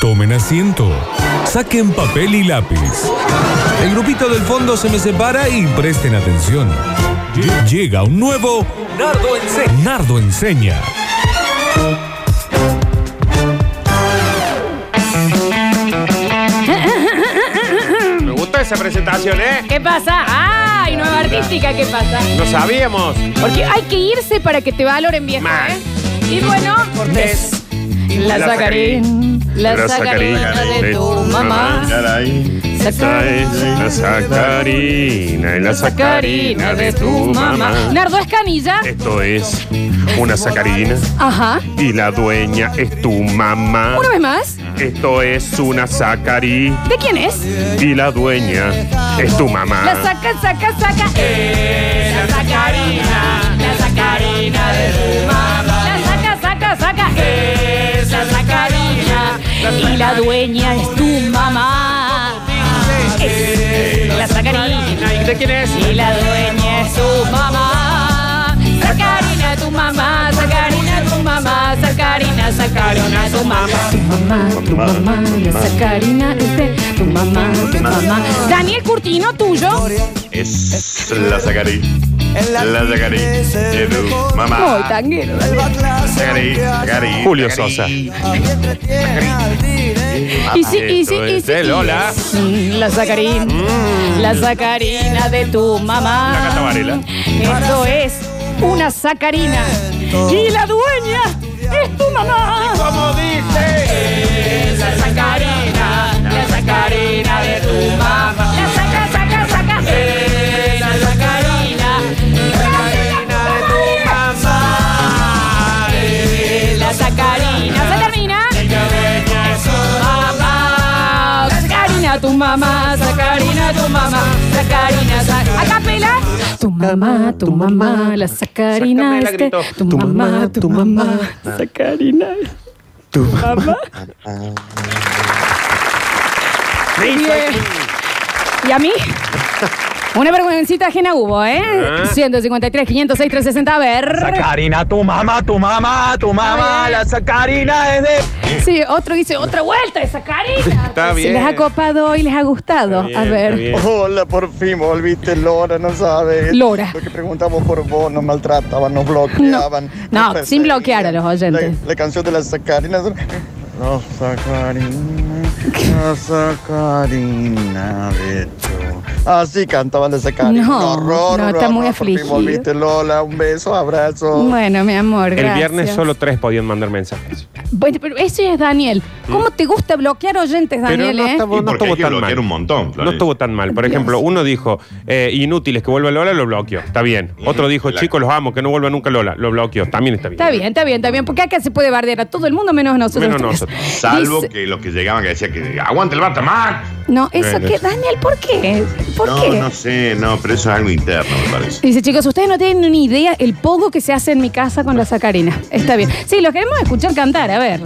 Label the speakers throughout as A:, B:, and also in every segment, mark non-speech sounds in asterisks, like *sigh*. A: Tomen asiento. Saquen papel y lápiz. El grupito del fondo se me separa y presten atención. Llega un nuevo Nardo Enseña. Nardo Enseña.
B: Me gustó esa presentación, ¿eh?
C: ¿Qué pasa? ¡Ay, nueva artística! ¿Qué pasa?
B: Lo sabíamos.
C: Porque hay que irse para que te valoren viejo,
B: Mal.
C: ¿eh? Y bueno,
B: Cortés.
C: la
B: La
C: sacarín, la sacarina de tu mamá.
B: La sacarina, la sacarina de tu mamá.
C: Nardo Escanilla.
B: Esto es una sacarina
C: Ajá.
B: y la dueña es tu mamá.
C: Una vez más.
B: Esto es una sacarina
C: ¿De quién es?
B: y la dueña es tu mamá.
C: La saca, saca, saca. Eh, La sacarina, la sacarina de tu mamá. La saca, saca, saca. Eh, La sacarina y la dueña es tu mamá. Es La sacarina.
B: ¿De quién es?
C: Y la dueña es tu mamá. Sacarina, tu mamá, Sacarina, tu mamá, Sacarina, Sacarina, tu mamá. Tu mamá, tu mamá, la Sacarina es de este. tu mamá, tu mamá. Daniel Curtino, tuyo.
D: Es la sacarí. La sacarí. De tu mamá.
C: Muy tanguero.
D: Sacarí, sacarí,
B: Julio
D: sacarí.
B: Sosa.
C: Y sí, y sí,
B: Ah, Esto
C: y
B: es
C: sí.
B: de
C: y-
B: Lola.
C: Mm, La Sacarina, la Sacarina de tu mamá.
B: La Cata Varela.
C: Esto es una Sacarina. Y la dueña es tu mamá.
B: ¿Cómo dice?
C: La sacarina, la sacarina de tu mamá. La saca, saca, saca. La sacarina, la sacarina de tu mamá. La sacarina. Se termina. Mamá. Sacarina, tu mamá, sacarina, tu mamá, sacarina, sacarina. Acapela. Tu mamá, tu mamá, la
B: Sácame
C: sacarina.
B: la
C: este.
B: grito.
C: Tu mamá, tu mamá, sacarina. Tu mamá. Bien. ¿Y a mí? Una vergüencita ajena hubo, ¿eh? 153, 506, 360, a ver.
E: Sacarina, tu mamá, tu mamá, tu mamá, la sacarina es de...
C: Sí, otro dice, otra vuelta de Sacarina.
B: Está
C: Si
B: bien.
C: les ha copado y les ha gustado. a ver.
F: Hola, por fin volviste, Lora, no sabes.
C: Lora.
F: Lo que preguntamos por vos, nos maltrataban, nos bloqueaban.
C: No,
F: nos
C: sin
F: perseguían.
C: bloquear a los oyentes.
F: La, la canción de las sacarinas. La sacarina, la sacarina de tu- Así Ah, cantaban las sacarinas.
C: No,
F: horror,
C: no, está
F: horror,
C: muy
F: por fin
C: afligido.
F: volviste, Lola, un beso, abrazo.
C: Bueno, mi amor.
B: El
C: gracias.
B: viernes solo tres podían mandar mensajes.
C: Bueno, pero eso es Daniel. ¿Cómo te gusta bloquear oyentes,
B: Mm. Pero
C: Daniel,
B: no
C: eh?
B: está
D: Y
B: no
D: porque
B: estuvo
D: hay que
B: tan mal.
D: bloquear un montón, Florencia.
B: No estuvo tan mal. Por ejemplo, uno dijo, eh, inútiles que vuelva Lola, lo bloqueó. Está bien. Otro dijo,
D: Claro.
B: chicos, los amo, que no vuelva nunca Lola, lo bloqueó. También está bien.
C: Está bien, está bien, está bien. Porque acá se puede bardear a todo el mundo menos nosotros.
B: Menos
C: tres.
B: nosotros.
D: Salvo
C: Dice-
D: que los que llegaban que decían que aguante el Batman.
C: No, eso
B: Bueno.
C: que, Daniel, ¿por qué? ¿Por
D: no,
C: qué?
D: no sé, no, pero eso es algo interno, me parece.
C: Dice, chicos, ustedes no tienen ni idea el poco que se hace en mi casa con la sacarina. Está bien. Sí, los queremos escuchar cantar, a ver.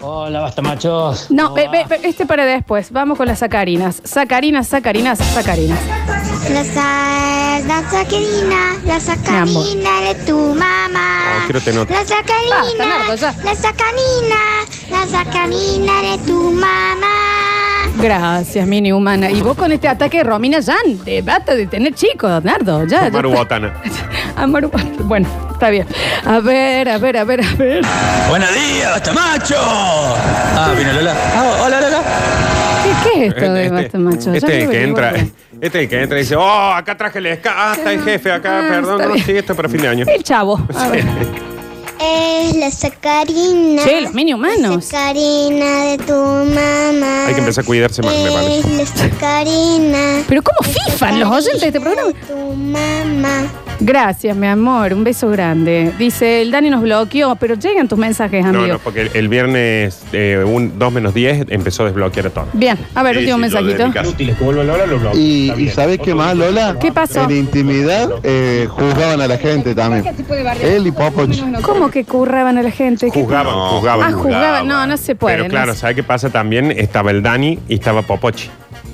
G: Hola, basta machos.
C: No, ve- ve- ve- este para después. Vamos con las sacarinas. Sacarinas, sacarinas, sacarinas.
H: La, sa- la sacarina, la
C: Mi amor.
H: sacarina de tu
B: Ah,
H: mamá.
B: quiero te noto.
H: La
C: Basta,
H: sacarina,
C: Nardo, ya.
H: la sacarina, la sacarina de tu mamá.
C: Gracias, mini humana. Y vos con este ataque de Romina Yan, de bata de tener chicos, Nardo. Ya, ya
B: Maru
C: está.
B: Botana.
C: Amaru Botana. Bueno, está bien. A ver, a ver, a ver, a ver.
E: Buenos días, basta macho. Ah, vino Lola. Ah, hola, Lola.
C: ¿Qué, qué es *laughs* esto de basta, macho? Ya
B: este es el
C: lo
B: que entra.
C: averiguo.
B: *laughs* Este es el que entra y dice, oh, acá traje el esca. Ah, está el jefe acá,
C: Ah,
B: perdón,
C: está
B: no,
C: bien.
B: sí, esto es para fin de año. *laughs*
C: El chavo. A ver.
H: Es la sacarina.
C: Sí, los mini humanos.
H: La sacarina de tu mamá.
B: Hay que empezar a cuidarse más, me parece.
H: Es la sacarina.
C: Pero ¿cómo fifan los oyentes de este programa?
H: Tu mamá.
C: Gracias, mi amor. Un beso grande. Dice, el Dani nos bloqueó, pero llegan tus mensajes,
B: No,
C: amigo.
B: no, porque el, el viernes eh, un, 2 menos 10 empezó a desbloquear a todo.
C: Bien, a ver,
D: Sí,
C: último
D: sí, yo desde mi
C: mensajito.
D: casa.
B: Inútiles que vuelva Lola, lo bloqueó.
I: Y, y ¿sabes qué más, Lola?
C: ¿Qué pasó?
I: En intimidad eh, juzgaban a la gente también. Él y Popoch.
C: ¿Cómo que curraban a la gente? ¿Qué-
B: Juzgaban,
D: No,
B: juzgaban.
C: Ah,
D: juzgaban.
C: jugaban. No, no se puede.
B: Pero
C: no
B: claro,
C: se-
B: ¿sabes qué pasa también? Estaba el Dani y estaba Popochi.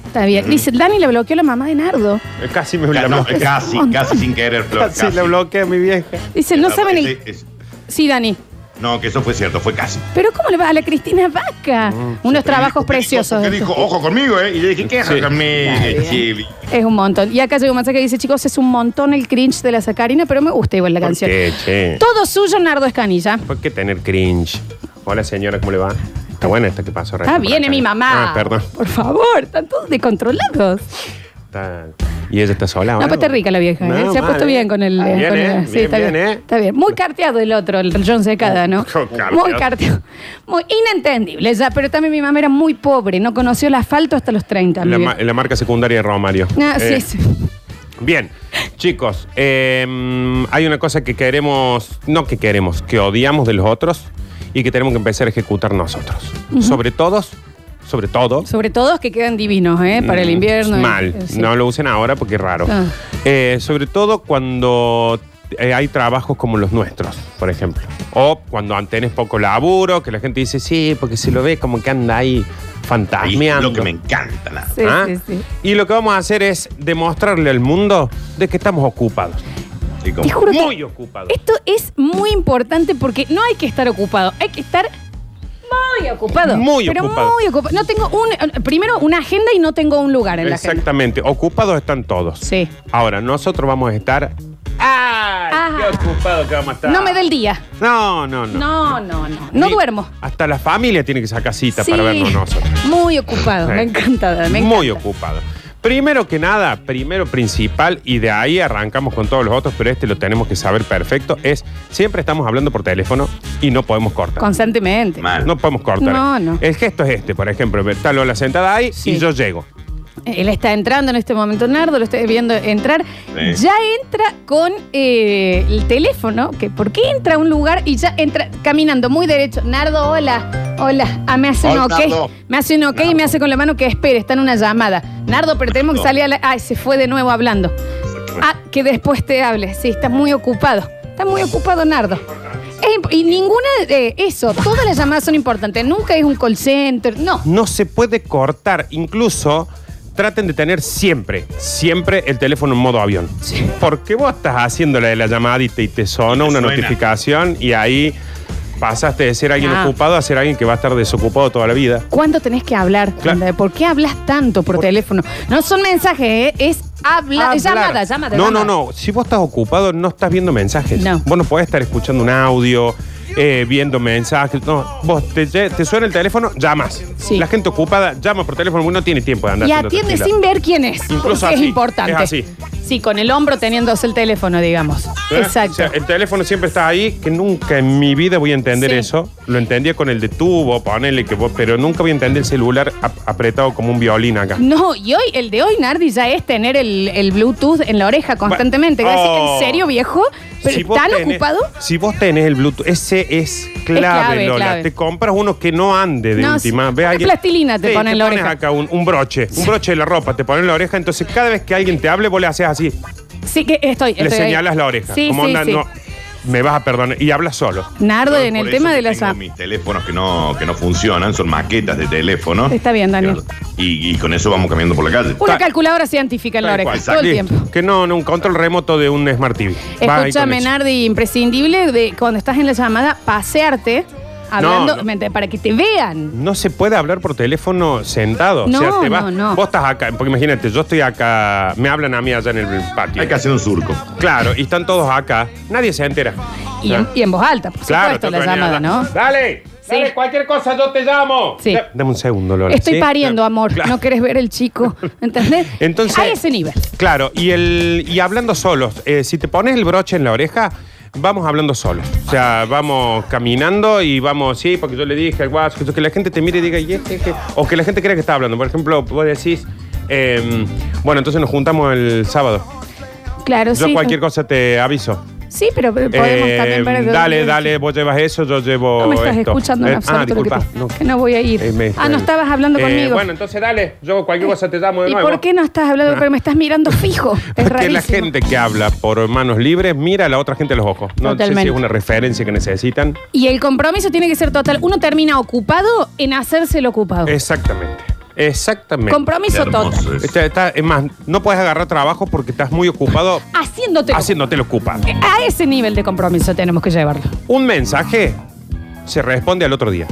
C: Está
B: mm.
C: bien. Dice, el Dani le bloqueó la mamá de Nardo.
B: Eh, Casi me
D: Ca-
B: la
D: no,
B: bloqueé.
C: *laughs*
D: casi, casi sin querer, Flor.
B: *laughs* Casi la bloqueé a mi vieja.
C: Dice, no
D: No,
C: saben... el-
D: ese- ese-
C: Sí, Dani.
D: No, que eso fue cierto, fue casi.
C: Pero ¿cómo le va a la Cristina Vaca?
B: Mm,
C: Unos trabajos preciosos.
D: Que
C: estos.
D: dijo, ojo conmigo, ¿eh? Y yo dije, ¿qué
B: Sí.
D: conmigo?
C: Es un montón. Y acá llega un mensaje que dice, chicos, es un montón el cringe de la sacarina, pero me gusta igual la
B: ¿Por
C: canción.
B: qué, che?
C: Todo suyo, Nardo Escanilla.
B: ¿Por qué tener cringe? Hola señora, ¿cómo le va? Está buena esta que pasó. recién
C: Ah,
B: por
C: viene
B: acá.
C: mi mamá.
B: Ah, perdón.
C: Por favor, están todos descontrolados.
B: Está- Y ella está sola. ahora?
C: No, pues está rica la vieja. ¿eh?
B: No,
C: Se ha puesto
B: mal.
C: bien con el.
B: Bien,
C: con el-
B: ¿eh?
C: sí,
B: Bien,
C: está bien.
B: bien, ¿eh?
C: Está bien. Muy carteado el otro, el John Secada, ¿no?
D: Carteado.
C: Muy carteado. Muy inentendible ya, pero también mi mamá era muy pobre, no conoció el asfalto hasta los 30. mi
B: La,
C: vieja.
B: ma- la marca secundaria de Romario.
C: Ah, sí,
B: Eh,
C: sí.
B: Bien, chicos, eh, hay una cosa que queremos, no que queremos, que odiamos de los otros y que tenemos que empezar a ejecutar nosotros. Sobre todos, sobre todo.
C: Sobre todo que quedan divinos, ¿eh? Para el
B: mm,
C: invierno.
B: Mal,
C: Eh, sí.
B: no lo usen ahora porque es raro.
C: Ah.
B: Eh, sobre todo cuando eh, hay trabajos como los nuestros, por ejemplo. O cuando tenés poco laburo, que la gente dice, sí, porque se lo ve como que anda ahí fantasmeando.
D: Lo que me encanta, nada.
C: Sí,
B: ¿Ah?
C: sí, sí.
B: Y lo que vamos a hacer es demostrarle al mundo de que estamos ocupados.
D: Y como-
C: Te juro que
B: Muy ocupados.
C: Esto es muy importante porque no hay que estar ocupado, hay que estar muy ocupado.
B: Muy
C: pero
B: ocupado.
C: muy ocupado. No tengo un eh, primero una agenda y no tengo un lugar en la agenda.
B: Exactamente, ocupados están todos.
C: Sí.
B: Ahora, nosotros vamos a estar. ¡Ay!
C: Ah.
B: ¡Qué ocupado que vamos a estar!
C: No me dé el día.
B: No, no, no.
C: No, no, no. No
B: Ni-
C: duermo.
B: Hasta la familia tiene que sacar cita
C: Sí.
B: para vernos nosotros.
C: Muy ocupado, me
B: Eh.
C: encanta, me
B: Muy
C: encanta.
B: ocupado. Primero que nada, primero principal, y de ahí arrancamos con todos los otros, pero este lo tenemos que saber perfecto, es siempre estamos hablando por teléfono y no podemos cortar.
C: Constantemente.
D: Mal.
B: No podemos cortar.
C: No, no.
B: El gesto es este, por ejemplo. Está Lola sentada ahí
C: Sí.
B: y yo llego.
C: Él está entrando en este momento, Nardo, lo estoy viendo entrar.
D: Sí.
C: Ya entra con eh, el teléfono, que ¿por qué entra a un lugar y ya entra caminando muy derecho? Nardo, hola, hola. Ah, me hace un
D: Hola,
C: ok.
D: Nardo.
C: Me hace un ok y me hace con la mano que espere, está en una llamada. Nardo, pero tenemos que
D: Nardo.
C: salir a la. Ay, se fue de nuevo hablando.
D: Exactamente.
C: Ah, que después te hable. Sí, está muy ocupado. Está muy ocupado, Nardo. Es imp- y ninguna de eso, todas las llamadas son importantes. Nunca es un call center, no.
B: No se puede cortar. Incluso traten de tener siempre, siempre el teléfono en modo avión. Porque vos estás haciéndole la llamadita y te sona
D: Te
B: una
D: suena.
B: notificación y ahí pasaste de ser alguien
C: Ah.
B: ocupado a ser alguien que va a estar desocupado toda la vida.
C: ¿Cuándo tenés que hablar?
B: Claro.
C: Anda, ¿Por qué hablas tanto por, teléfono? No son mensajes, ¿eh? es habla,
B: Hablar.
C: es llamada, llamada.
B: No,
C: llamada.
B: no, no. Si vos estás ocupado, no estás viendo mensajes.
C: No.
B: Vos no podés estar escuchando un audio, eh, viendo mensajes. No, vos te, lle- te suena el teléfono, llamas.
C: Sí.
B: La gente ocupada llama por teléfono porque no tiene tiempo de andar.
C: Y
B: haciendo
C: atiende
B: otras
C: sin ver quién es.
B: Incluso
C: porque
B: así,
C: es importante.
B: es así.
C: Sí, con el hombro teniéndose el teléfono, digamos.
B: ¿Eh?
C: Exacto.
B: O sea, el teléfono siempre está ahí, que nunca en mi vida voy a entender
C: Sí.
B: eso. Lo entendía con el de tubo, ponele que vos, pero nunca voy a entender el celular ap- apretado como un violín acá.
C: no, y hoy, el de hoy, Nardi, ya es tener el, el Bluetooth en la oreja constantemente.
B: Bueno,
C: Gracias.
B: oh.
C: ¿En serio, viejo? ¿Pero
B: Si vos
C: tan
B: tenés-
C: ocupado?
B: Si vos tenés el Bluetooth, ese es clave,
C: clave,
B: Lola.
C: clave.
B: Te compras uno que no ande de
C: No,
B: última.
C: sí.
B: Ve
C: Una
B: alguien-
C: plastilina te
B: Sí,
C: pone en la
B: pones
C: oreja.
B: acá un, un broche, un broche de la ropa, te pones en la oreja. Entonces, cada vez que alguien te hable, vos le haces así,
C: Sí, que estoy.
B: le
C: estoy ahí.
B: señalas la oreja.
C: Sí,
B: como
C: sí,
B: onda,
C: sí.
B: no, me vas a perdonar. Y hablas solo.
C: Nardo,
D: Yo
C: en
D: por
C: el
D: eso
C: tema
D: que
C: de las.
D: tengo mis teléfonos que no, que no funcionan, son maquetas de teléfono.
C: Está bien, Daniel.
D: Y, y con eso vamos caminando por la calle.
C: Una
B: Tal-
C: calculadora científica en la
B: Tal
C: oreja.
B: cual,
C: Todo el
B: listo.
C: tiempo.
B: Que no, no, un control remoto de un Smart TV. Va ahí con
C: Escúchame,
B: eso.
C: Nardi, imprescindible de cuando estás en la llamada, pasearte hablando
B: No, no.
C: ¿me entiendes? para que te vean.
B: No se puede hablar por teléfono sentado.
C: No,
B: o sea, te vas,
C: no, no.
B: Vos estás acá, porque imagínate, yo estoy acá, me hablan a mí allá en el patio.
D: Hay que hacer un surco.
B: Claro, y están todos acá. Nadie se entera.
C: Y,
B: Ah.
C: en, y en voz alta, por
B: claro,
C: supuesto,
B: tengo
C: la
B: que venir
C: llamada,
B: allá.
C: ¿no?
B: Dale, dale,
C: Sí.
B: cualquier cosa, yo te llamo.
C: Sí.
B: Da- Dame un segundo, Lola.
C: Estoy
B: ¿sí?
C: pariendo,
B: Da-
C: amor.
B: Claro.
C: No querés ver
B: *laughs*
C: el chico. ¿Entendés?
B: Entonces-
C: A ese nivel.
B: Claro, y, el, y hablando solos, eh, si te pones el broche en la oreja, vamos hablando solos. O sea, vamos caminando y vamos, sí, porque yo le dije al guacho, que- que la gente te mire y diga, "Y este que-". o que la gente crea que está hablando. Por ejemplo, vos decís, em, bueno, entonces nos juntamos el sábado.
C: Claro,
B: Yo
C: sí.
B: cualquier cosa te aviso.
C: Sí, pero podemos
B: Em,
C: también para
B: dale, dale, vos llevas eso, yo llevo.
C: No me estás
B: esto.
C: escuchando en
B: Eh,
C: absoluto
B: ah, disculpa,
C: lo que te-
B: no.
C: que no voy a ir.
B: Eh, me-
C: ah, no estabas hablando
B: Eh,
C: conmigo. Eh,
B: Bueno, entonces dale, yo cualquier cosa te llamo de
C: ¿Y
B: nuevo.
C: por qué no estás hablando? Pero me estás mirando fijo. Es
B: *laughs* Porque
C: rarísimo.
B: la gente que habla por manos libres mira a la otra gente a los ojos. No sé si
C: Totalmente.
B: es una referencia que necesitan.
C: Y el compromiso tiene que ser total. Uno termina ocupado en hacerse el ocupado.
B: Exactamente. Exactamente.
C: Compromiso total.
D: Hermoso eso.
B: Está- está- es más, no puedes agarrar trabajo porque estás muy ocupado
C: Haciéndote.
B: haciéndote lo ocupado.
C: A ese nivel de compromiso tenemos que llevarlo.
B: Un mensaje se responde al otro día.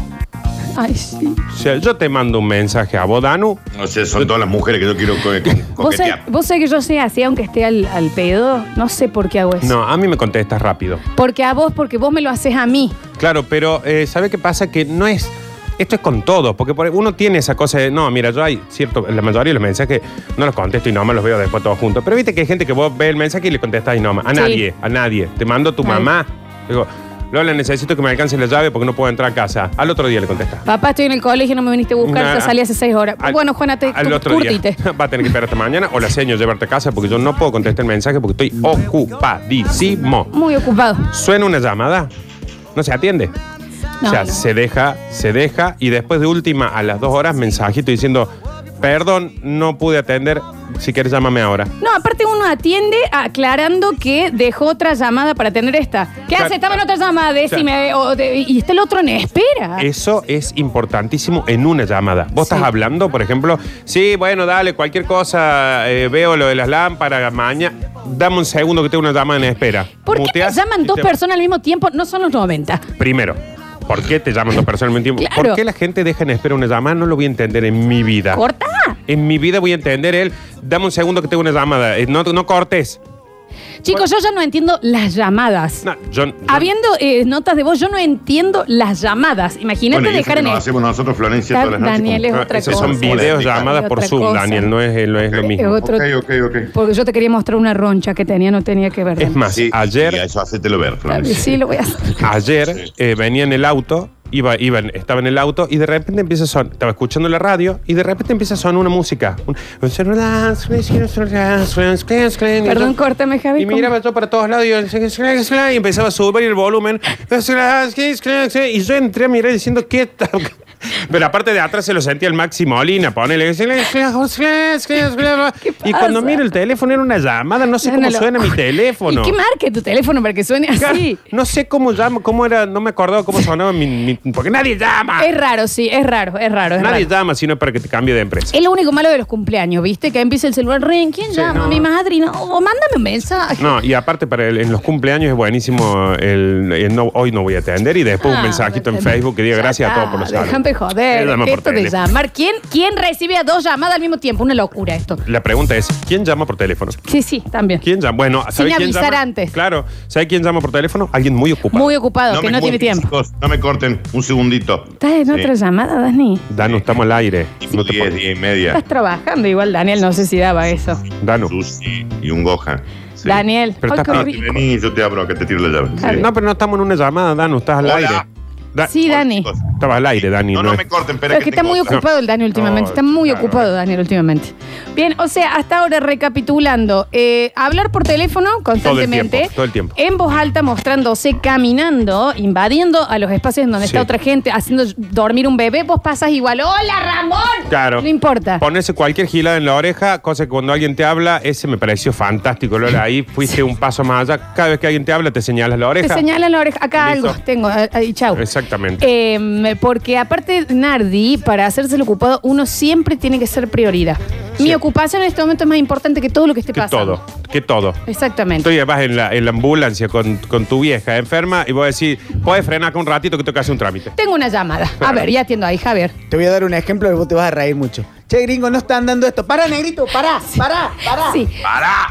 C: Ay, sí.
B: O sea, yo te mando un mensaje a vos, Danu.
D: No sé, son todas las mujeres que yo quiero
C: *laughs*
D: co- co-
C: ¿Vos sabés,
D: coquetear.
C: vos sabés que yo sea así, aunque esté al, al pedo, no sé por qué hago eso.
B: No, a mí me contestas rápido.
C: Porque a vos, porque vos me lo haces a mí.
B: Claro, pero eh, ¿sabe qué pasa? Que no es. Esto es con todo, porque por- uno tiene esa cosa de. No, mira, yo hay cierto. La mayoría de los mensajes no los contesto y nomás los veo después todos juntos. Pero viste que hay gente que vos ves el mensaje y le contestás y nomás. A
C: Sí.
B: nadie, a nadie. Te mando a tu
C: Ay.
B: mamá. Digo, Lola, necesito que me alcances la llave porque no puedo entrar a casa. Al otro día le contestas.
C: Papá, estoy en el colegio, no me viniste a buscar,
B: Nah.
C: ya salí hace seis horas.
B: Al-
C: bueno, Juana, te
B: al
C: tú
B: otro día.
C: curtite.
B: *laughs* Va a tener que esperar hasta mañana o la seño llevarte a casa porque yo no puedo contestar el mensaje porque estoy ocupadísimo.
C: Muy ocupado.
B: Suena una llamada, no se atiende.
C: No,
B: o sea,
C: no.
B: se deja, se deja y después de última, a las dos horas, mensajito diciendo, perdón, no pude atender, si quieres llámame ahora.
C: No, aparte uno atiende aclarando que dejó otra llamada para tener esta. ¿Qué
B: Claro.
C: hace? Estaba en otra llamada, decime. o de- y está el otro en espera.
B: Eso es importantísimo en una llamada. Vos
C: Ah. Sí.
B: estás hablando, por ejemplo, sí, bueno, dale, cualquier cosa, eh, veo lo de las lámparas, mañana, dame un segundo que tengo una llamada en espera.
C: ¿Por qué
B: Muteas
C: llaman
B: y
C: dos
B: te-
C: personas al mismo tiempo? No son los 90.
B: Primero, ¿por qué te llaman dos personas al mismo tiempo?
C: Claro.
B: ¿Por qué la gente deja en espera una llamada? No lo voy a entender en mi vida.
C: ¿Corta?
B: En mi vida voy a entender el, dame un segundo que tengo una llamada. Eh, No, no cortes.
C: Chicos, yo ya no entiendo las llamadas.
B: No, yo- yo-
C: Habiendo eh, notas de voz, yo no entiendo las llamadas. Imagínate
D: Bueno, y eso
C: dejar
D: que
C: en
D: nos
C: el-
D: hacemos nosotros, Florencia, todas las noches. Ah,
C: Daniel,
D: como-
C: es otra
B: esos
C: cosa.
B: son videos llamadas
C: Es
B: por
C: otra
B: Zoom,
C: cosa.
B: Daniel, no es, no es lo mismo.
C: Es otro-
D: Ok, ok, ok.
C: Porque yo te quería mostrar una roncha que tenía, no tenía que ver.
B: Es más,
D: Sí,
B: ayer,
D: y a eso hacételo ver, Florencia.
C: Sí, lo voy a hacer.
B: ayer eh, venía en el auto, iba, iba en- estaba en el auto y de repente empieza a sonar, estaba escuchando la radio y de repente empieza a sonar una música. Un-
C: Perdón, córtame, Javi.
B: Y miraba yo para todos lados y, yo, y empezaba a subir el volumen. Y yo entré a mirar diciendo, ¿qué tal? *laughs* Pero aparte de atrás se lo sentía el Maxi Molina, ponele.
C: *laughs*
B: Y cuando miro el teléfono era una llamada, no sé
C: No,
B: cómo
C: no lo-
B: suena mi
C: *laughs* ¿Y
B: teléfono.
C: qué marque tu teléfono para que suene así?
B: No sé cómo llamo, cómo era, no me acordaba cómo sonaba mi, mi- porque nadie llama.
C: Es raro, sí, es raro, es raro. Es,
B: Ah. Nadie
C: raro.
B: llama sino para que te cambie de empresa.
C: Es lo único malo de los cumpleaños, ¿viste? Que empieza el celular, ring, ¿quién
B: Sí,
C: llama?
B: no.
C: Mi madre, no. O mándame un mensaje.
B: No, y aparte para el- en los cumpleaños es buenísimo el, el no- hoy no voy a atender y después
C: Ah,
B: un mensajito en
C: vete.
B: Facebook que diga
C: Ya
B: gracias a
C: está,
B: todos por los saludos.
C: Déjame joder.
B: Eh, llama por
C: Esto de
B: teléfono.
C: llamar. ¿Quién, ¿Quién recibe a dos llamadas al mismo tiempo? Una locura esto.
B: La pregunta es, ¿quién llama por teléfono?
C: Sí, sí, también.
B: ¿Quién llama? Bueno, ¿sabe
C: Sin
B: quién
C: avisar
B: llama?
C: antes.
B: Claro, ¿sabe quién llama por teléfono? Alguien muy ocupado.
C: Muy ocupado, que
D: me
C: no tiene
D: corten,
C: tiempo.
D: chicos, no me corten, un segundito.
C: Estás en
D: Sí.
C: otra llamada, Dani.
B: Danu, estamos al aire. No te
D: Diez,
B: pongas.
D: diez y media.
C: Estás trabajando igual, Daniel. No sé si daba eso.
B: Danu.
D: Sushi y un Gohan. Sí.
C: Daniel.
B: Pero
C: ay,
B: estás
C: qué
D: No, te
C: rico.
D: vení, yo te abro acá, te tiro la llave.
C: Está
D: Sí.
C: bien.
B: No, pero no estamos en una llamada, Danu, estás al
D: Hola.
B: aire. Da-
C: Sí,
D: Hola,
C: Dani.
D: chicos.
B: Estabas al aire, Dani.
D: No, no
B: es-
D: me corten, espera
C: Pero es que está
D: tengo
C: muy
D: otra.
C: ocupado el Daniel últimamente,
B: No,
C: está muy
B: claro.
C: ocupado Daniel últimamente. Bien, o sea, hasta ahora recapitulando, eh, hablar por teléfono constantemente,
B: tiempo, todo el tiempo.
C: en voz alta mostrándose, caminando, invadiendo a los espacios en donde
B: Sí.
C: está otra gente, haciendo dormir un bebé, vos pasas igual, hola Ramón,
B: Claro.
C: no importa.
B: Ponerse cualquier gilada en la oreja, cosa que cuando alguien te habla, ese me pareció fantástico, Lola. Ahí fuiste un paso más allá. Cada vez que alguien te habla, te señalas la
C: Te
B: oreja.
C: señalan la oreja, acá
B: Listo.
C: algo tengo, ah, ah, y chau.
B: Exactamente.
C: Eh, porque aparte, Nardi, para hacerse el ocupado, uno siempre tiene que ser prioridad. Mi
B: Sí.
C: ocupación en este momento es más importante que todo lo que esté
B: que
C: pasando.
B: todo, que todo.
C: Exactamente.
B: Estoy vas en la, en la ambulancia con, con tu vieja enferma y vos decís, podés frenar acá un ratito que tengo que hacer un trámite.
C: Tengo una llamada. A ver, ya atiendo ahí, Javier.
J: Te voy a dar un ejemplo y vos te vas a reír mucho. Che, gringo, no están dando esto. Pará, negrito, pará, pará, pará.
C: Sí.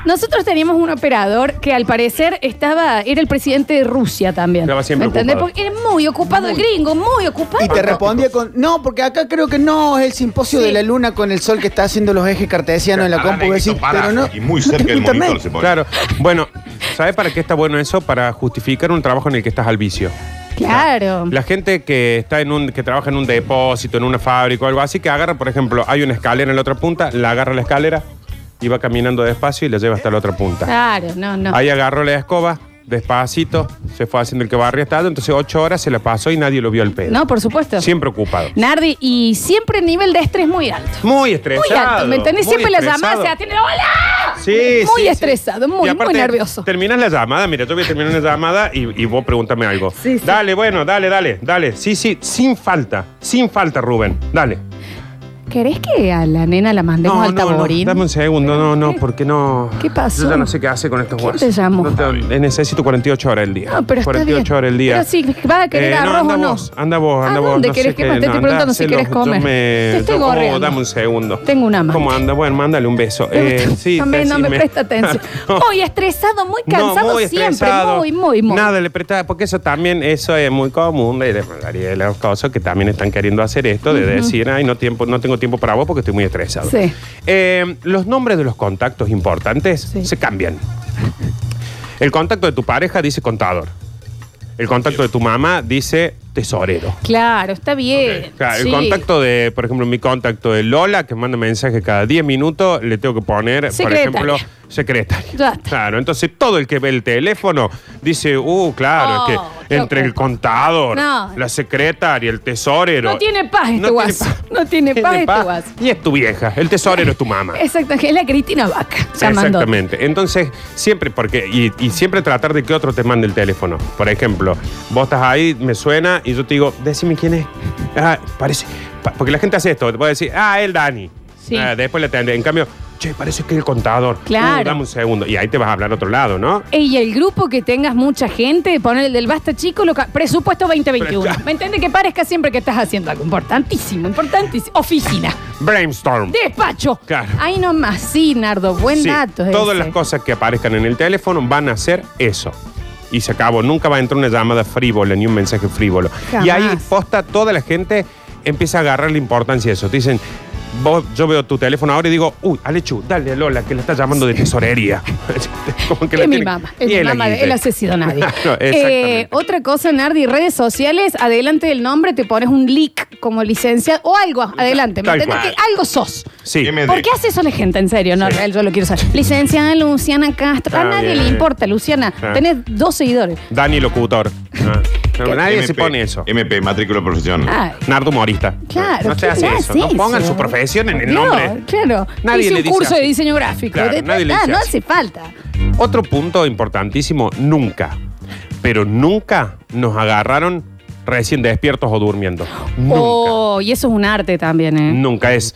C: Nosotros teníamos un operador que al parecer estaba, era el presidente de Rusia también.
B: Estaba siempre
C: ¿Me entendés?
B: ocupado.
C: Porque era muy ocupado el gringo, muy ocupado.
J: Y te respondía con, no, porque acá creo que no es el simposio
C: Sí.
J: de la luna con el sol que está haciendo los ejes cartesianos en la
D: Pará,
J: compu.
D: negrito,
J: Decís,
D: pará.
J: pero no,
D: Y muy
J: no
D: cerca
J: tengo
D: del
J: internet.
D: monitor se pone.
B: Claro. Bueno, ¿sabes para qué está bueno eso? Para justificar un trabajo en el que estás al vicio.
C: Claro.
B: La gente que está en un, que trabaja en un depósito, en una fábrica o algo así, que agarra, por ejemplo, hay una escalera en la otra punta, la agarra la escalera y va caminando despacio y la lleva hasta la otra punta.
C: Claro, no, no.
B: Ahí agarró la escoba, despacito, se fue haciendo el que barría estado, entonces ocho horas se la pasó y nadie lo vio el pedo.
C: No, por supuesto.
B: Siempre ocupado.
C: Nardi, y siempre el nivel de estrés muy alto.
B: Muy estresado.
C: Muy alto, ¿me entendés?
B: muy
C: Siempre la llamada
B: estresado.
C: se atiende. ¡Hola!
B: Sí,
C: Muy
B: sí,
C: estresado,
B: sí.
C: muy,
B: Y aparte,
C: muy nervioso.
B: Terminas la llamada, mira, yo voy a terminar una llamada y, y vos pregúntame algo.
C: Sí, sí.
B: Dale, bueno, dale, dale, dale. Sí, sí, sin falta, sin falta, Rubén. Dale.
C: ¿Querés que a la nena la mandemos
B: No,
C: al
B: no, no,
C: taborín?
B: dame un segundo, no, no, porque no.
C: ¿Qué pasó?
B: Yo ya no sé qué hace con estos huevos.
C: te llamó?
B: necesito 48 horas el día.
C: No, pero está
B: 48
C: bien.
B: horas el día. Eh,
C: Pero sí, ¿vas a querer arroz
B: anda
C: o no?
B: Vos, anda vos,
C: ¿A
B: anda vos.
C: dónde
B: no sé
C: querés que
B: qué,
C: me- te estoy
B: anda,
C: preguntando si
B: hacelo,
C: querés
B: yo
C: comer.
B: me-
C: Te estoy
B: yo como,
C: gorreando.
B: dame un segundo.
C: Tengo una amante.
B: ¿Cómo anda? Bueno, mándale un beso. Eh, sí,
C: También no me
B: decime.
C: presta atención.
B: *laughs* No.
C: Muy estresado, muy cansado
B: No, muy
C: siempre.
B: estresado.
C: Muy, muy, muy.
B: Nada le prestaba, porque eso también, eso es muy común de, de- de las cosas que también están queriendo hacer esto, de
C: Ujú.
B: decir, ay, no, tiempo, no tengo tiempo para vos porque estoy muy estresado.
C: Sí.
B: Eh, los nombres de los contactos importantes se cambian. El contacto de tu pareja dice contador. El contacto de tu mamá dice tesorero.
C: Claro, está bien.
B: Claro,
C: sí.
B: El contacto de, por ejemplo, mi contacto de Lola, que manda mensaje cada 10 minutos, le tengo que poner,
C: Secretaria.
B: por ejemplo, secretaria.
C: Ya está.
B: Claro, entonces todo el que ve el teléfono dice, uh, claro,
C: Oh,
B: es que
C: qué
B: entre el contador,
C: No.
B: la secretaria, el tesorero.
C: No tiene paz este
B: No tiene
C: guaso. No tiene paz este
B: paz.
C: guaso.
B: Y es tu vieja, el tesorero es tu
C: *laughs*
B: mamá.
C: Exacto, es la Cristina Vaca. Llamando.
B: Exactamente. Entonces, siempre, porque, y, y siempre tratar de que otro te mande el teléfono. Por ejemplo, vos estás ahí, me suena, y yo te digo, decime quién es. Ah, parece. pa- porque la gente hace esto, te puede decir, ah, el Dani.
C: Sí.
B: Ah, después le atende. En cambio, che, parece que es el contador.
C: Claro.
B: Uh, dame un segundo. Y ahí te vas a hablar a otro lado, ¿no?
C: Ey, Y el grupo que tengas mucha gente, poner el del basta chico, lo ca- presupuesto 2021.
B: Pero-
C: ¿Me entiende que parezca siempre que estás haciendo algo importantísimo, importantísimo? Oficina,
B: Brainstorm.
C: despacho.
B: Claro.
C: Ahí nomás, sí, Nardo, buen
B: Sí,
C: dato.
B: Todas
C: ese.
B: las cosas que aparezcan en el teléfono van a ser eso. Y se acabó. Nunca va a entrar una llamada frívola ni un mensaje frívolo.
C: Jamás.
B: Y ahí posta toda la gente empieza a agarrar la importancia de eso. Te dicen, vos, yo veo tu teléfono ahora y digo, uy, Alechu, dale a Lola que la está llamando de tesorería.
C: *laughs*
B: *laughs* Como que la
C: es mi
B: tiene-
C: mamá, es
B: Y
C: mi
B: la
C: mamá,
B: guille. *laughs*
C: él asesino a nadie.
B: Claro,
C: Eh,
B: exactamente.
C: otra cosa, Nardi, redes sociales, adelante del nombre te pones un leak como licencia o algo, adelante, ¿me
B: Tal
C: entiendes?
B: cual.
C: Que algo sos.
B: Sí.
C: ¿Por qué hace eso la gente? En serio, no, real, yo lo quiero saber. Licenciada Luciana Castro. a
B: Ah,
C: nadie
B: bien,
C: le
B: bien.
C: importa, Luciana.
B: Ah.
C: Tenés dos seguidores.
B: Dani Locutor. Ah. Pero nadie se
D: MP,
B: pone eso.
D: MP, matrícula profesional.
C: Ah.
B: Nardo Humorista.
C: Claro,
B: No se
C: ¿qué
B: hace
C: le
B: eso.
C: hace
B: No pongan
C: eso?
B: su profesión en el
C: No,
B: nombre.
C: claro.
B: Nadie
C: Hice
B: le
C: un
B: dice
C: curso
B: así.
C: de diseño gráfico.
B: Claro,
C: De-
B: nadie le
C: ah,
B: dice
C: no
B: así.
C: hace falta.
B: Otro punto importantísimo, nunca, pero nunca nos agarraron recién despiertos o durmiendo. Nunca,
C: Oh, y eso es un arte también, ¿eh?
B: nunca es...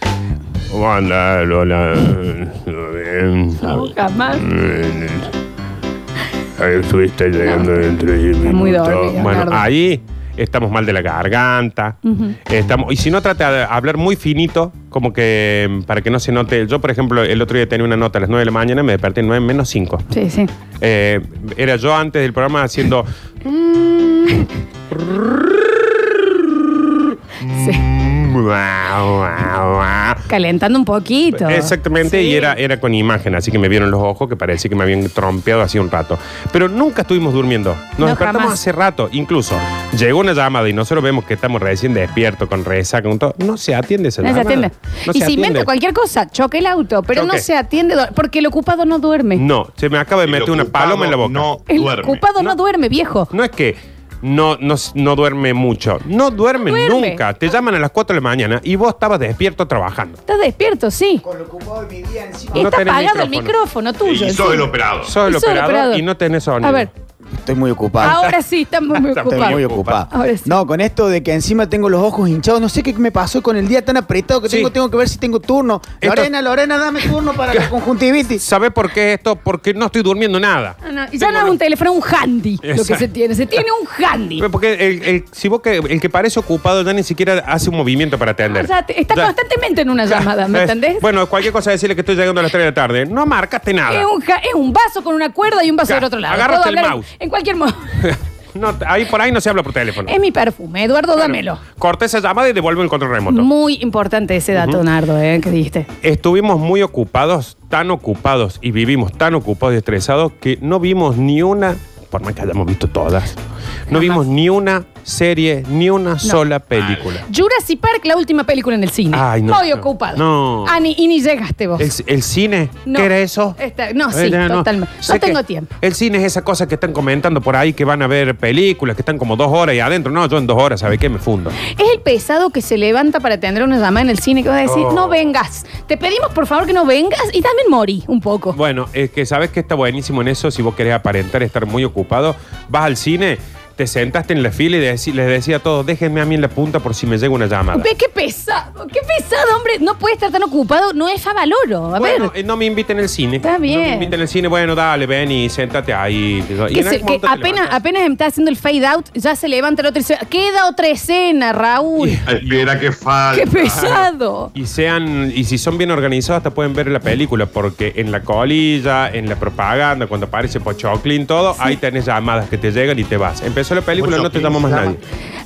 B: Hola, Lola.
C: Nunca más.
B: Ahí Estuviste llegando dentro de diez
C: muy
B: minutos.
C: dormido,
B: Bueno,
C: Nardo.
B: ahí estamos mal de la garganta.
C: Ujú.
B: Estamos, y si no, trata de hablar muy finito, como que mm, para que no se note. Yo, por ejemplo, el otro día tenía una nota a las 9 de la mañana, me desperté 9 menos 5.
C: Sí, sí.
B: Eh, era yo antes del programa haciendo. Mm.
C: Calentando un poquito.
B: Exactamente,
C: Sí.
B: y era, era con imagen, así que me vieron los ojos que parecía que me habían trompeado hace un rato. Pero nunca estuvimos durmiendo. Nos
C: No,
B: despertamos
C: jamás.
B: hace rato. Incluso llegó una llamada y nosotros vemos que estamos recién despiertos con resaca. con todo. No se atiende esa
C: No se
B: llamada.
C: atiende.
B: No
C: y
B: se
C: se inventa
B: atiende.
C: cualquier cosa, choque el auto, pero no
B: Choque. Mm,
C: se atiende do- porque el ocupado no duerme.
B: No, se me acaba de meter una paloma en la boca. No
C: el ocupado no duerme, viejo.
B: No es que no, no, no duerme mucho. No duerme,
C: Duerme.
B: nunca. Te llaman a las 4 de la mañana y vos estabas despierto trabajando.
C: Estás despierto, sí. Y
B: No
C: está
B: tenés
C: apagado el
B: micrófono.
C: micrófono tuyo.
D: Y
C: sí.
D: soy el operado.
B: Sos el
C: Sos el
B: operador,
C: operador.
B: y no tenés sonido.
C: A ver,
J: Estoy muy ocupado.
C: ahora sí, estamos
B: *laughs*
C: muy
J: Estoy
C: ocupados.
J: muy ocupado.
C: Ahora sí.
J: No, con esto de que encima tengo los ojos hinchados, no sé qué me pasó con el día tan apretado que
B: Sí.
J: tengo, tengo que ver si tengo turno.
B: Esto-
J: Lorena, Lorena, dame turno para la conjuntivitis.
B: ¿Sabés por qué esto? Porque no estoy durmiendo nada.
C: No, no, ya no es un teléfono, es un handy lo que
B: Exacto.
C: se tiene. Se tiene un handy. Ah,
B: Porque el, el- si vos que, el que parece ocupado ya ni siquiera hace un movimiento para atender.
C: O sea, te- está
B: Ya.
C: constantemente en una llamada, ¿me
B: Es-
C: entendés?
B: Bueno, cualquier cosa decirle que estoy llegando a las 3 de la tarde. No marcaste nada.
C: Es un, ja- es un vaso con una cuerda y un vaso
B: Claro,
C: del otro lado.
B: agárrate
C: Puedo
B: el
C: hablar en-
B: mouse.
C: En
B: *laughs*
C: cualquier modo.
B: No, ahí por ahí no se habla por teléfono.
C: Es mi perfume, Eduardo, dámelo.
B: Corté esa llamada y devuelve el control remoto.
C: Muy importante ese dato, Nardo, eh, que dijiste.
B: Estuvimos muy ocupados, tan ocupados y vivimos tan ocupados y estresados que no vimos ni una, por más que hayamos visto todas, no vimos ni una serie, ni una sola película.
C: Jurassic Park, la última película en el cine.
B: Ay, no.
C: Muy
B: No.
C: ocupado.
B: No.
C: Ah, ni- y ni llegaste vos.
B: El, el cine,
C: No.
B: ¿qué era eso?
C: Está- no, sí,
B: Eh, ya
C: totalmente. No
B: Sé
C: tengo
B: que
C: tiempo.
B: El cine es esa cosa que están comentando por ahí, que van a ver películas, que están como dos horas y adentro. No, yo en dos horas, ¿sabes qué? Me fundo.
C: Es el pesado que se levanta para atender una llamada en el cine que va a decir,
B: Oh.
C: no vengas. Te pedimos por favor que no vengas y también morí
B: *laughs*
C: un poco.
B: Bueno, es que sabes que está buenísimo en eso. Si vos querés aparentar estar muy ocupado, vas al cine, te sentaste en la fila y deci- les decía a todos, déjenme a mí en la punta por si me llega una llamada.
C: Ve qué pesado, qué pesado, hombre. No puede estar tan ocupado, no es Favaloro. A
B: Bueno,
C: ver.
B: eh, no me inviten al cine.
C: Está
B: No me
C: bien.
B: inviten al cine, bueno, dale, ven y sentate ahí. Y en
C: Que, se-
B: algún
C: que
B: momento te
C: apenas,
B: levantas.
C: apenas está haciendo el fade out, ya se levanta la otra escena. Queda otra escena, Raúl.
B: Espera que falta.
C: ¡Qué pesado!
B: Y sean, y si son bien organizados, hasta pueden ver la película, porque en la colilla, en la propaganda, cuando aparece Pochoclin, todo, ahí tenés llamadas que te llegan y te vas. Empezó la película, no te llama más nadie.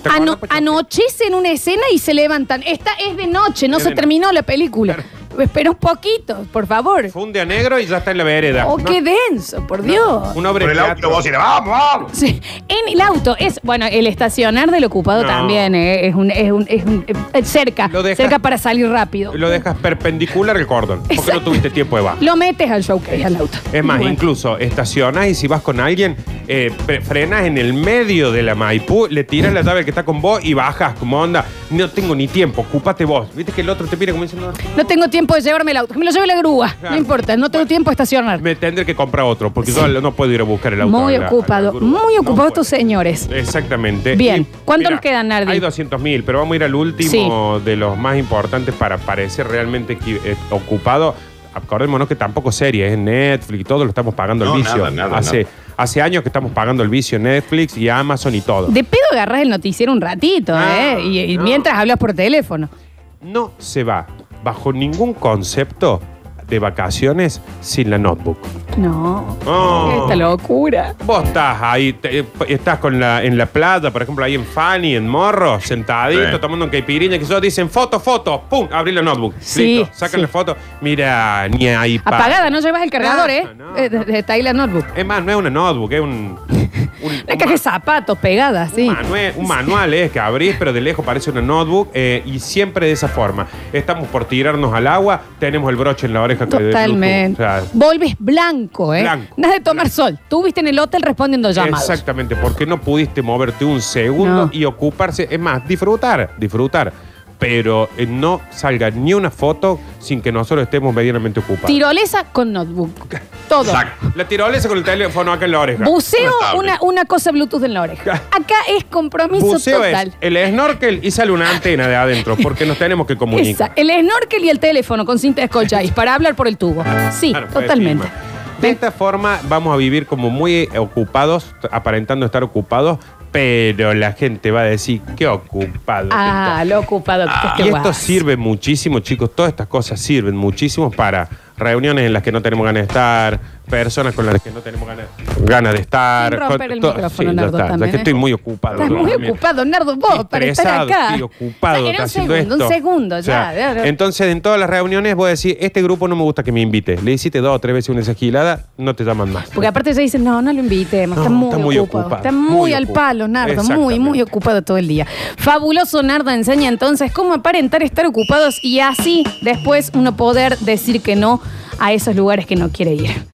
C: Ano- anochece en una escena y se levantan. Esta es de noche, no
B: Es
C: se
B: de
C: terminó la película. Espera un poquito, por favor.
B: Funde a negro y ya está en la vereda.
C: Oh,
B: No,
C: qué denso, por Dios.
B: Una obra
D: Por el
B: de
D: auto,
B: teatro.
D: vos decís, vamos, vamos.
C: Sí, En el auto es, bueno, el estacionar del ocupado
B: No.
C: también eh, es un, es un, es un- eh, cerca,
B: dejas-
C: cerca para salir rápido.
B: Lo dejas perpendicular al cordón, porque no tuviste tiempo de bajar.
C: Lo metes al showcase al auto.
B: Es más,
C: Bueno.
B: incluso estacionás y si vas con alguien, eh, pre- frenas en el medio de la Maipú, le tiras la llave al que está con vos y bajas, como onda, no tengo ni tiempo, ocúpate vos. Viste que el otro te mira como diciendo,
C: No tengo tiempo de llevarme el auto. Que me lo lleve la grúa. No importa, no tengo tiempo de estacionar.
B: me tendré que comprar otro, porque yo no puedo ir a buscar el auto.
C: muy
B: a la-
C: ocupado, muy ocupado estos señores.
B: Exactamente.
C: Bien, ¿cuánto
B: mira,
C: nos queda, Nardi?
B: Hay 200.000, pero vamos a ir al último de los más importantes para parecer realmente equi- eh, ocupado. Acordémonos que tampoco series, es Netflix y todo, lo estamos pagando
D: No,
B: el vicio.
D: nada, nada,
B: hace, hace años que estamos pagando el vicio Netflix y Amazon y todo.
C: De pedo agarras el noticiero un ratito,
B: Ah,
C: ¿eh? Y, y mientras hablas por teléfono.
B: no se va bajo ningún concepto de vacaciones sin la notebook.
C: No.
B: Oh.
C: Esta locura.
B: Vos estás ahí, te- estás con la, en la playa, por ejemplo, ahí en Fanny, en Morro, sentadito,
D: Sí.
B: tomando un caipirinha, que solo dicen foto, foto, pum, abrí la notebook.
C: Sí,
B: Listo, sacan
C: sí.
B: la foto, mira, ni ahí pa.
C: Apagada, no llevas el cargador, ¿eh? Eh, de- de- Está ahí la notebook.
B: Es más, no es una notebook, es
C: *laughs*
B: un,
C: Una caja de zapatos pegada, sí.
B: manue- un manual, es que abrís, pero de lejos parece una notebook eh, y siempre de esa forma. Estamos por tirarnos al agua, tenemos el broche en la oreja. que- de Bluetooth,
C: Totalmente.
B: o sea,
C: Volves blanco, ¿eh?
B: Blanco.
C: Nada de tomar sol. Tuviste en el hotel respondiendo llamadas.
B: Exactamente, porque no pudiste moverte un segundo y ocuparse, es más, disfrutar, disfrutar. Pero eh, no salga ni una foto sin que nosotros estemos medianamente ocupados.
C: Tirolesa con notebook. Todo.
B: Exacto. La tirolesa con el teléfono acá en la oreja.
C: Buceo, una, una cosa Bluetooth en la oreja.
B: *laughs*
C: Acá es compromiso
B: Buceo
C: total.
B: es el snorkel y sale una antena de adentro porque nos tenemos que comunicar.
C: Esa, el snorkel y el teléfono con cinta de scotch ice para hablar por el tubo. Sí,
B: Claro, puede
C: totalmente.
B: firmar. De esta forma vamos a vivir como muy eh, ocupados, t- aparentando estar ocupados, pero la gente va a decir, qué ocupado.
C: Ah, lo ocupado que
B: Y
C: este
B: esto
C: guaso.
B: sirve muchísimo, chicos. Todas estas cosas sirven muchísimo para reuniones en las que no tenemos ganas de estar, personas con las que no tenemos ganas, ganas de estar.
C: Sin romper
B: con-
C: el
B: to-
C: micrófono,
B: ya
C: Nardo,
B: está, ya
C: también,
B: que
C: ¿eh?
B: estoy muy ocupado.
C: Estás muy
B: también.
C: ocupado, Nardo, vos, para estar
B: Estresado,
C: acá.
B: estoy ocupado.
C: Era un
B: está haciendo
C: segundo,
B: esto.
C: un segundo,
B: O sea,
C: ya, ya.
B: Entonces, en todas las reuniones voy a decir, este grupo no me gusta que me invite. Le hiciste dos o tres veces una esquilada, no te llaman más.
C: Porque aparte ya dicen, no, no lo invitemos, está,
B: No,
C: muy
B: está muy
C: ocupado,
B: ocupado,
C: Está muy,
B: muy
C: al
B: ocupado.
C: palo, Nardo, muy,
B: Exactamente.
C: muy ocupado todo el día. Fabuloso Nardo enseña entonces cómo aparentar estar ocupados y así después uno poder decir que no a esos lugares que no quiere ir.